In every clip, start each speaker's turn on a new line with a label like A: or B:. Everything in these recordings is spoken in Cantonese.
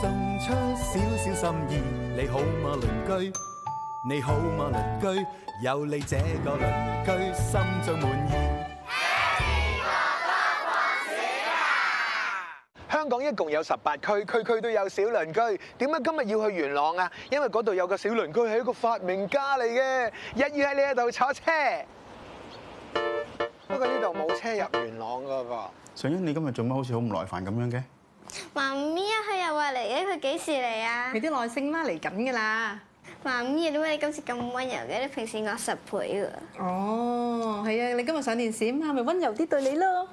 A: 送出少少心意，你好嗎鄰居？你好嗎鄰居？有你這個鄰居，心中滿意。
B: 香港一共有十八區，區區都有小鄰居。點解今日要去元朗啊？因為嗰度有個小鄰居係一個發明家嚟嘅，日日喺呢一度坐車。不過呢度冇車入元朗㗎噃。
C: 常欣，你今日做乜好似好唔耐煩咁樣嘅？
D: 媽咪啊，佢又話嚟嘅，佢幾時嚟啊
E: 俾？啲耐性啦，嚟緊噶啦。
D: 媽咪啊，點解你今次咁温柔嘅？你平時我十倍喎。
E: 哦，係啊，你今日上電視啊嘛，咪温柔啲對你咯。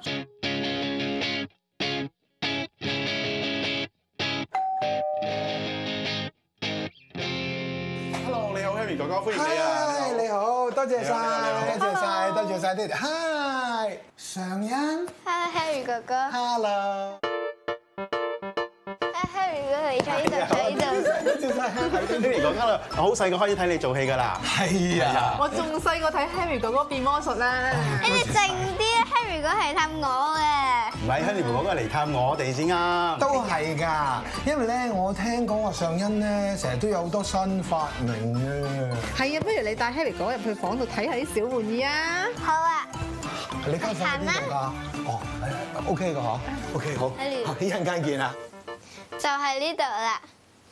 C: Hello，你好，Harry 哥哥，歡迎你啊！
B: 嗨，你好，多謝
C: 你好
B: 晒，
C: 你好
B: 多謝晒，多謝晒爹哋。嗨，常欣
D: Hello，Harry 哥哥。
B: ，hello。
D: Harry 哥哥，你坐呢度，坐呢度。
B: 多謝晒。
C: Harry 哥哥啦，我好細個開始睇你做戲㗎啦。
B: 係啊，
E: 我仲細個睇 Harry 哥哥變魔術啦。
D: 你哋靜啲啊，Harry 哥係氹我嘅。
C: 唔係 Harry 哥哥嚟探我哋先
B: 都
C: 啱。
B: 係㗎，因為咧，我聽講話常欣咧，成日都有好多新發明嘅。
E: 係啊，不如你帶 Harry 哥哥入去房度睇下啲小玩意啊。
D: 好啊，
B: 你間房喺邊度㗎？哦係，OK 㗎嗬，OK 好
D: 喺 呢，
B: 一陣間見啊啦。
D: 就係呢度啦。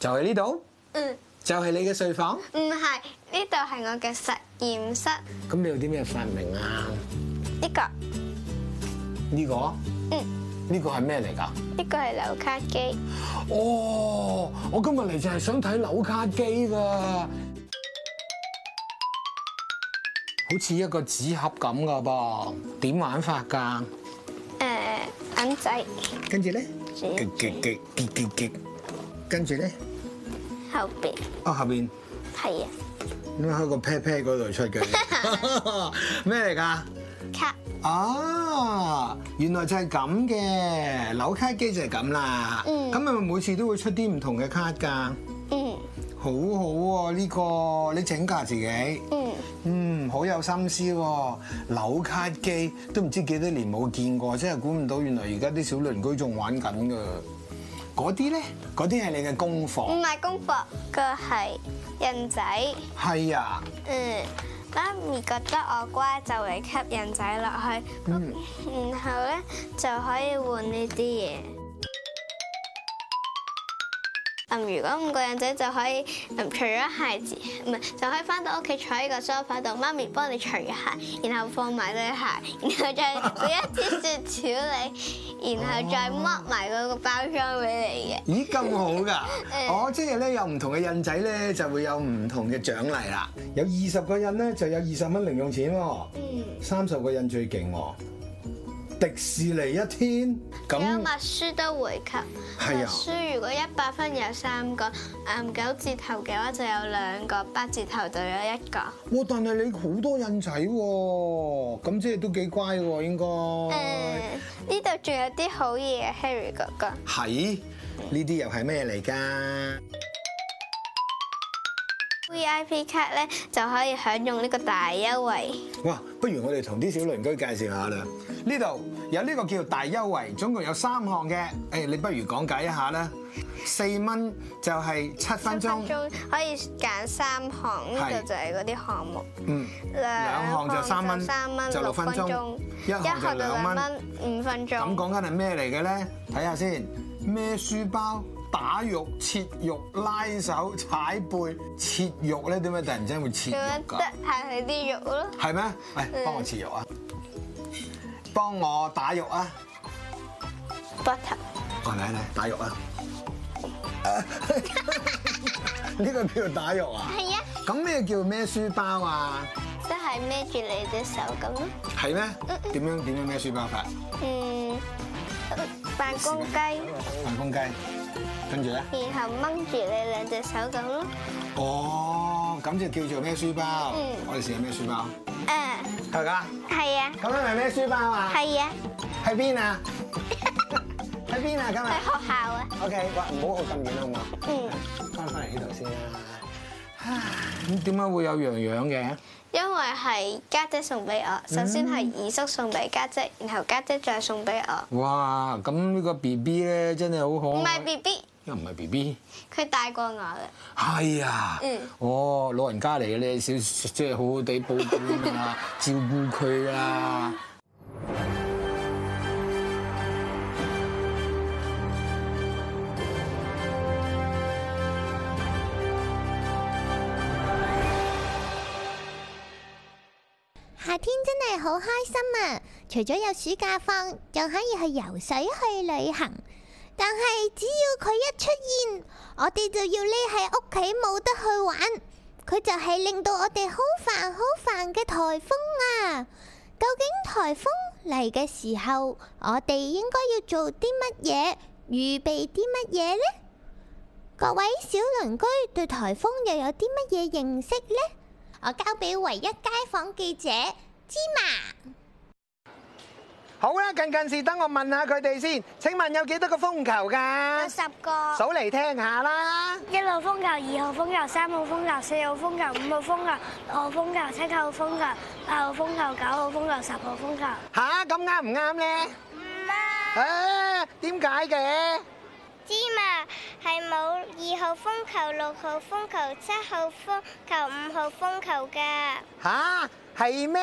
B: 就係呢度，
D: 嗯，
B: 就係你嘅睡房。
D: 唔係，呢度係我嘅實驗室。
B: 咁你有啲咩發明啊？
D: 呢個，
B: 呢個？啊
D: 嗯，
B: 呢個係咩嚟㗎？
D: 呢個係扭卡機。
B: 哦，我今日嚟就係想睇扭卡機㗎，好似一個紙盒咁㗎噃，點玩法㗎？
D: 誒，銀仔，
B: 跟住咧，
D: 轉
A: 嗯
B: 跟住咧，
D: 後邊，
A: Ờ,
B: 啊後邊
D: 係啊，
B: 點解喺個 pat pat 嗰度出 嘅？咩嚟㗎？
D: 卡。
B: 啊，原來就係咁嘅，扭卡機就係咁啦。
D: 嗯
B: 咁係咪每次都會出啲唔同嘅卡㗎？
D: 嗯
B: 好好喎，呢個你整㗎自己。
D: 嗯，
B: 嗯，好有心思喎！扭卡機都唔知幾多年冇見過，真係估唔到原來而家啲小鄰居仲玩緊㗎。嗰啲咧，嗰啲係你嘅功
D: 唔
B: 課。
D: 係功課，個係印仔。
B: 係啊，
D: 嗯，媽咪覺得我乖就嚟吸印仔落去，然後咧就可以換呢啲嘢。嗯，如果五個人仔就可以，嗯，除咗鞋子，唔係就可以翻到屋企坐喺個 sofa 度，媽咪幫你除鞋，然後放埋對鞋，然後再 俾一支雪條你，然後再剝埋嗰個包裝俾你嘅。
B: 咦咁好㗎！
D: 嗯
B: 哦，即係咧有唔同嘅印仔咧，就會有唔同嘅獎勵啦。有二十個印咧，就有二十蚊零用錢喎。
D: 嗯，
B: 三十個印最勁喎，迪士尼一天
D: 有
B: 咁
D: 默書都回及。
B: 係
D: 默
B: 啊。
D: 書如果一百分有三個，嗯九字頭嘅話就有兩個，八字頭就有一個。
B: 哇！但係你好多印仔喎，咁即係都幾乖喎，應該
D: 誒，呢度仲有啲好嘢嘅，Harry 哥哥。
B: 係呢啲又係咩嚟㗎？
D: VIP 卡咧就可以享用呢個大優惠。
B: 哇！不如我哋同啲小鄰居介紹下啦。呢度有呢個叫大優惠，總共有三項嘅。誒，你不如講解一下啦。四蚊就係七分
D: 分
B: 鐘，
D: 鐘可以揀三項，呢
B: 係
D: 度就係嗰啲項目。
B: 嗯，兩項就三蚊
D: 三蚊
B: 就六分鐘一項就
D: 一項
B: 兩
D: 就兩
B: 蚊
D: 蚊，五分
B: 咁
D: 鐘。
B: 講緊係咩嚟嘅咧？睇下先，咩書包、打肉、切肉、拉手、踩背、切肉咧？點解突然之間會切
D: 咁
B: 肉
D: 樣
B: 㗎
D: 得？閒佢啲肉咯。
B: 係咩？喂，
D: 嗯
B: 幫我切肉啊！幫我打肉啊！
D: 膊頭。
B: 我嚟嚟打肉啊！ 呢個叫打肉啊？
D: 係啊，
B: 咁咩叫咩書包啊？
D: 即係孭住你隻手咁咯。
B: 係咩？點樣點樣咩書包法？
D: ừ, 嗯，辦公雞。
B: 辦公雞跟住咧，
D: 然後掹住你兩隻手咁咯。
B: 哦，咁就叫做孭書包。
D: 嗯
B: 我哋成日孭書包，
D: 誒，
B: 係㗎。
D: 係啊，
B: 咁樣咪孭書包啊？
D: 係啊，
B: 喺邊 啊？喺邊啊？今
D: 喺
B: 日
D: 學校啊。
B: ？OK，喂，唔好去咁遠好唔好？
D: 嗯，
B: 翻返嚟呢度先啊啦。咁點解會有洋洋嘅？
D: 因為係家姐送俾我，首先係二叔送俾家姐，然後家姐再送俾我。
B: 哇！咁呢個 B B 咧真係好
D: 唔
B: 可
D: 係
B: 愛，
D: B B，
B: 又唔係 B B，
D: 佢大過我嘅。
B: 係啊
D: 嗯，
B: 哦，老人家嚟嘅你少即係好好地保護佢啦， 照顧佢啊啦。
F: 夏天真係好開心啊！除咗有暑假放，仲可以去游水、去旅行。但係只要佢一出現，我哋就要匿喺屋企冇得去玩。佢就係令到我哋好煩好煩嘅颱風啊！究竟颱風嚟嘅時候，我哋應該要做啲乜嘢，預備啲乜嘢呢？各位小鄰居對颱風又有啲乜嘢認識呢？我交俾唯一街坊記者芝麻。
B: 好啦，近近時等我問下佢哋先。請問有幾多個風球㗎？
G: 十個
B: 數嚟聽下啦。
G: 一號風球、二號風球、三號風球、四號風球、五號風球、六號風球、七號風球、八號風球、九號風球、十號風球。
B: 吓，咁啱唔啱咧？唔啱。誒，點解嘅？
G: 芝麻係冇二號風球、六號風球、七號風球、五號風球㗎，
B: 吓，係咩？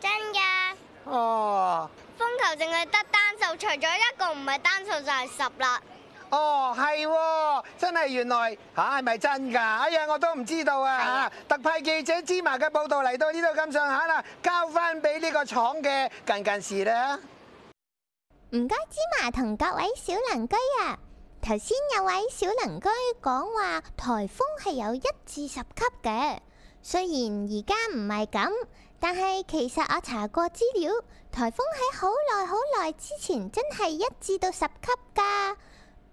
G: 真㗎。
B: 哦，
G: 風球淨係得單數，除咗一個唔係單數就係十啦。
B: 哦，係喎，真係原來吓係咪真㗎？哎呀，我都唔知道啊嚇！特派記者芝麻嘅報導嚟到呢度咁上下啦，交翻俾呢個廠嘅近近時啦。
F: 唔該，芝麻同各位小鄰居啊！頭先有位小鄰居講話，颱風係有一至十級嘅。雖然而家唔係咁，但係其實我查過資料，颱風喺好耐好耐之前真係一至到十級㗎。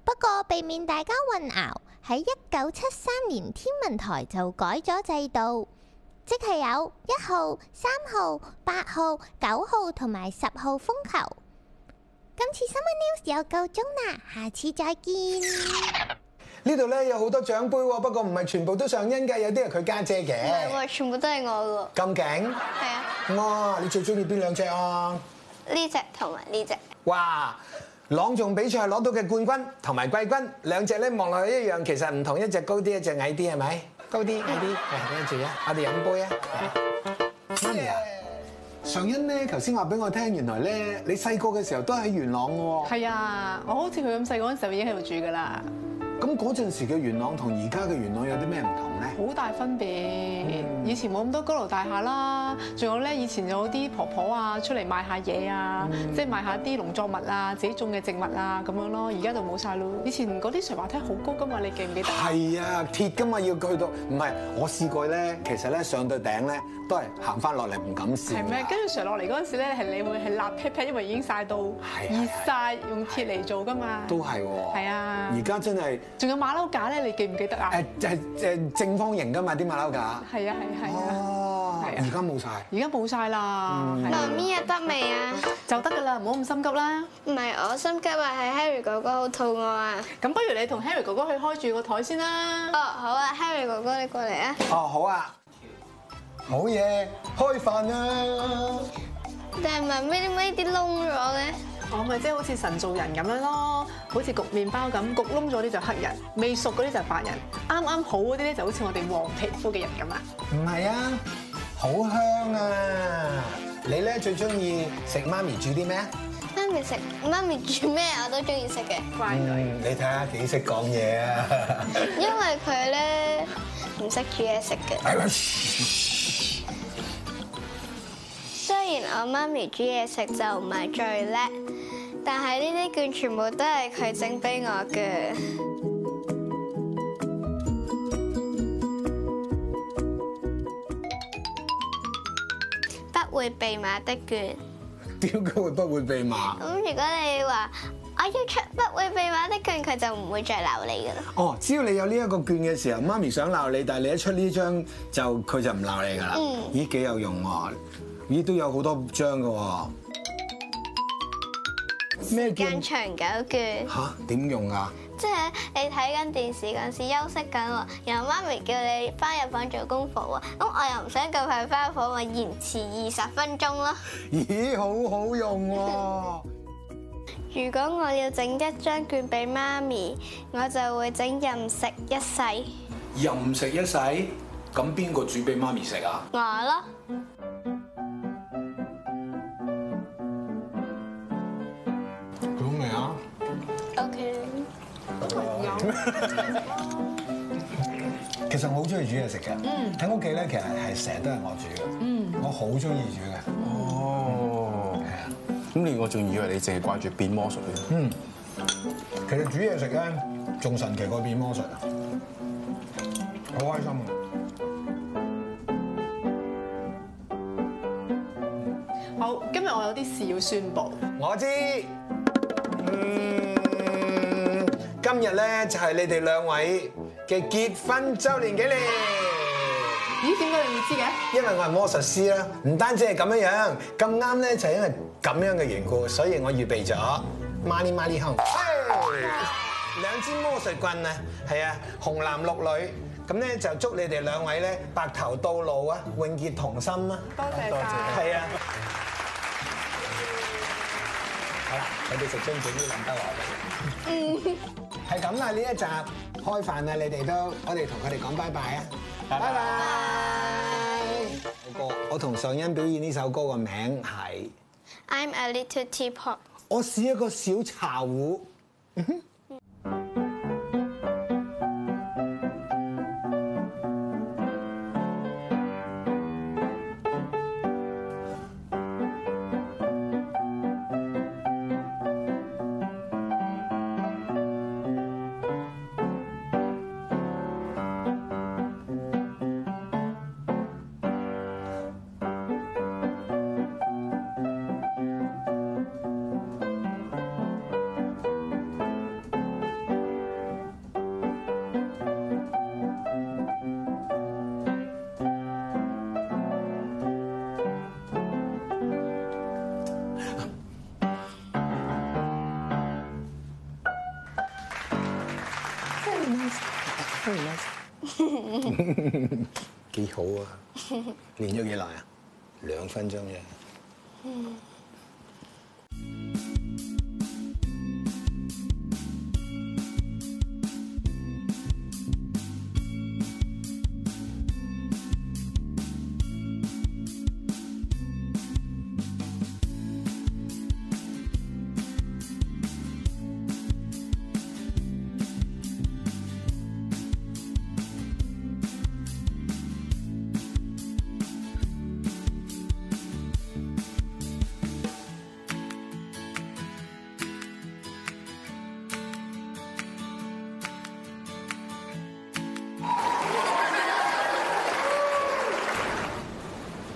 F: 不過避免大家混淆，喺一九七三年天文台就改咗制度。即係有一號、三號、八號、九號同埋十號風球。今次 Summer News 有夠鐘啦，下次再見。
B: 呢度咧有好多獎杯喎，不過唔係全部都上恩㗎，有啲係佢家姐
D: 唔係喎，全部都係我
B: 咁勁，
D: 嘅喎。係啊，
B: 哇！你最中意邊兩隻啊？
D: 呢只同埋呢只。
B: 哇！朗誦比賽攞到嘅冠軍同埋季軍兩隻咧，望落去一樣，其實唔同，一隻高啲，一隻矮啲，係咪？高啲，矮啲，係跟住啊，我哋飲杯啊！媽咪啊，常欣咧，頭先話俾我聽，原來咧你細個嘅時候都喺元朗喎。
E: 係啊，我好似佢咁細嗰陣時候已經喺度住㗎啦，
B: 咁嗰陣時嘅元朗同而家嘅元朗有啲咩唔同咧？
E: 好大分別。以前冇咁多高樓大廈啦，仲有咧以前有啲婆婆啊出嚟賣下嘢啊，即係賣下啲農作物啊、自己種嘅植物啊咁樣咯。而家就冇晒咯。以前嗰啲垂滑梯好高㗎嘛，你記唔記得？
B: 係啊，鐵㗎嘛，要去到唔係我試過咧，其實咧上到頂咧都係行翻落嚟唔敢啊試㗎。
E: 係咩？跟住上落嚟嗰陣時咧，係你會係立 pat pat，因為已經晒到
B: 係
E: 熱晒，用鐵嚟做㗎嘛。
B: 都係喎。
E: 係啊
B: 而家真係。
E: 仲有馬騮架咧，你記唔記得啊？
B: 誒誒誒正方形㗎嘛啲馬騮架，
E: 係啊係啊係啊！
B: 哦，嗯
E: 係啊
B: 而家冇晒。
E: 而家冇晒啦，係
D: 媽
E: 啊
D: 咪啊，得未啊？
E: 就得㗎啦，唔好咁心急啦。
D: 唔係我心急啊，係 Harry 哥哥好肚餓啊。
E: 咁不如你同 Harry 哥哥去開住個台先啦
D: 哦，。好啊，Harry 哥哥你過嚟啊。
B: 哦，好啊，冇嘢，開飯啊啦！
D: 但係咪咪咪啲窿咗咧？
E: 我哦咪即係好似神造人咁樣咯，好似焗麵包咁，焗燶咗啲就黑人，未熟嗰啲就白人，啱啱好嗰啲咧就好似我哋黃皮膚嘅人咁啦。
B: 唔係啊，好香啊！你咧最中意食媽咪煮啲咩？
D: 媽咪食，媽咪煮咩我都中意食嘅，
E: 乖
A: Ừ,
E: 女，
B: 你睇下幾識講嘢啊！
D: 因為佢咧唔識煮嘢食嘅。雖然我媽咪煮嘢食就唔係最叻，但係呢啲券全部都係佢整俾我嘅。不會被罵的券。
B: 點解會不會被罵？
D: 咁如果你話啊我要出不會被馬的券，佢就唔會再鬧你噶啦。
B: 哦，只要你有呢一個券嘅時候，媽咪想鬧你，但係你一出呢張就佢就唔鬧你㗎啦。
D: 嗯
B: 咦，幾有用喎！咦，都有好多張㗎喎。咩叫
D: 間長久券，
B: 吓？點用啊㗎？
D: 即係你睇緊電視嗰陣時休息緊喎，然後媽咪叫你翻入房做功課喎，咁我又唔想咁快翻房，咪延遲二十分鐘咯。
B: 咦，好好用喎！
D: 如果我要整一張券俾媽咪，我就會整任食一世
H: 任食一世，咁邊個煮俾媽咪食
A: à?
H: 啊？
D: 我咯。
B: 好味啊！
D: OK，
B: 其實我好中意煮嘢食嘅，
E: 嗯
B: 喺屋企咧其實係成日都係我煮嘅，我好中意煮嘅。
C: 哦，
B: 係啊，
C: 咁你我仲以為你淨係掛住變魔術嘅，
B: 其實煮嘢食咧仲神奇過變魔術啊！好開心啊！
E: 好，今日我有啲事要宣佈。
B: 我知，嗯，今日咧就係你哋兩位嘅結婚周年紀念，
E: 咦？點解你會知嘅？
B: 因為我係魔術師啦，唔單止係咁樣樣，咁啱咧就係因為咁樣嘅緣故，所以我預備咗 money money home，嘿兩支魔術棍啊，係啊，紅藍綠女。咁咧就祝你哋兩位咧白頭到老啊，永結同心啊！
E: 多謝晒。
B: 係啊。好啦，你哋食樽整啲林德華嘅。 係咁啦，呢一集開飯啦，你哋都，我哋同佢哋講拜拜啊，拜拜。個我同上恩表演呢首歌個名係，
D: I'm a little teapot。
B: 我是一個小茶壺。幾好啊！練咗幾耐啊？兩分鐘啫。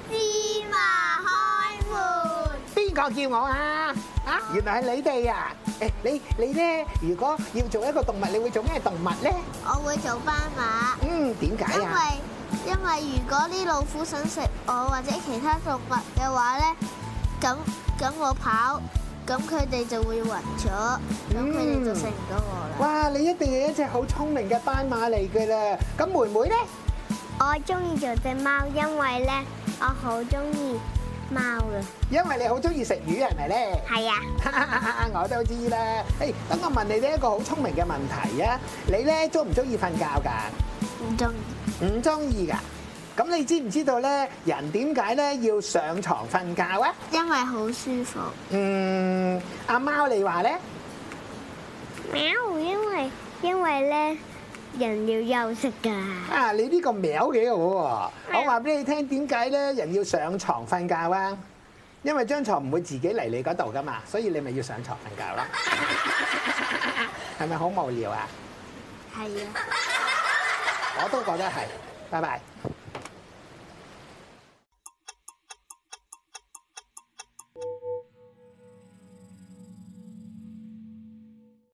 D: 芝麻開門。
I: 邊個叫我啊？啊，原來係你哋啊！誒，你你咧，如果要做一個動物，你會做咩動物咧？
D: 我會做斑馬，
I: 嗯，點解
D: 因為
I: 啊？
D: 因為如果啲老虎想食我或者其他動物嘅話咧，咁咁我跑，咁佢哋就會暈咗，咁佢哋就食唔到我啦。
I: 哇，你一定係一隻好聰明嘅斑馬嚟㗎啦！咁妹妹咧？
G: 我中意做只貓，因為咧我好中意貓
D: 啊
G: 嘅。
I: 因為你好中意食魚係咪咧？
G: 係啊，
I: 我都知啦。誒，等我問你呢一個好聰明嘅問題啊！你咧中唔中意瞓覺㗎？
G: 唔中意。
I: 唔中意㗎。咁你知唔知道咧？人點解咧要上床瞓覺啊？
D: 因為好舒服。
I: 嗯，阿貓你話咧？
G: 喵，因為因為咧人要休息㗎。
I: 啊！你呢個苗幾好喎！我話俾你聽，點解咧人要上床瞓覺啊？因為張床唔會自己嚟你嗰度噶嘛，所以你咪要上床瞓覺啦。係咪好無聊啊？
G: 係啊。
I: 我都覺得係。拜拜。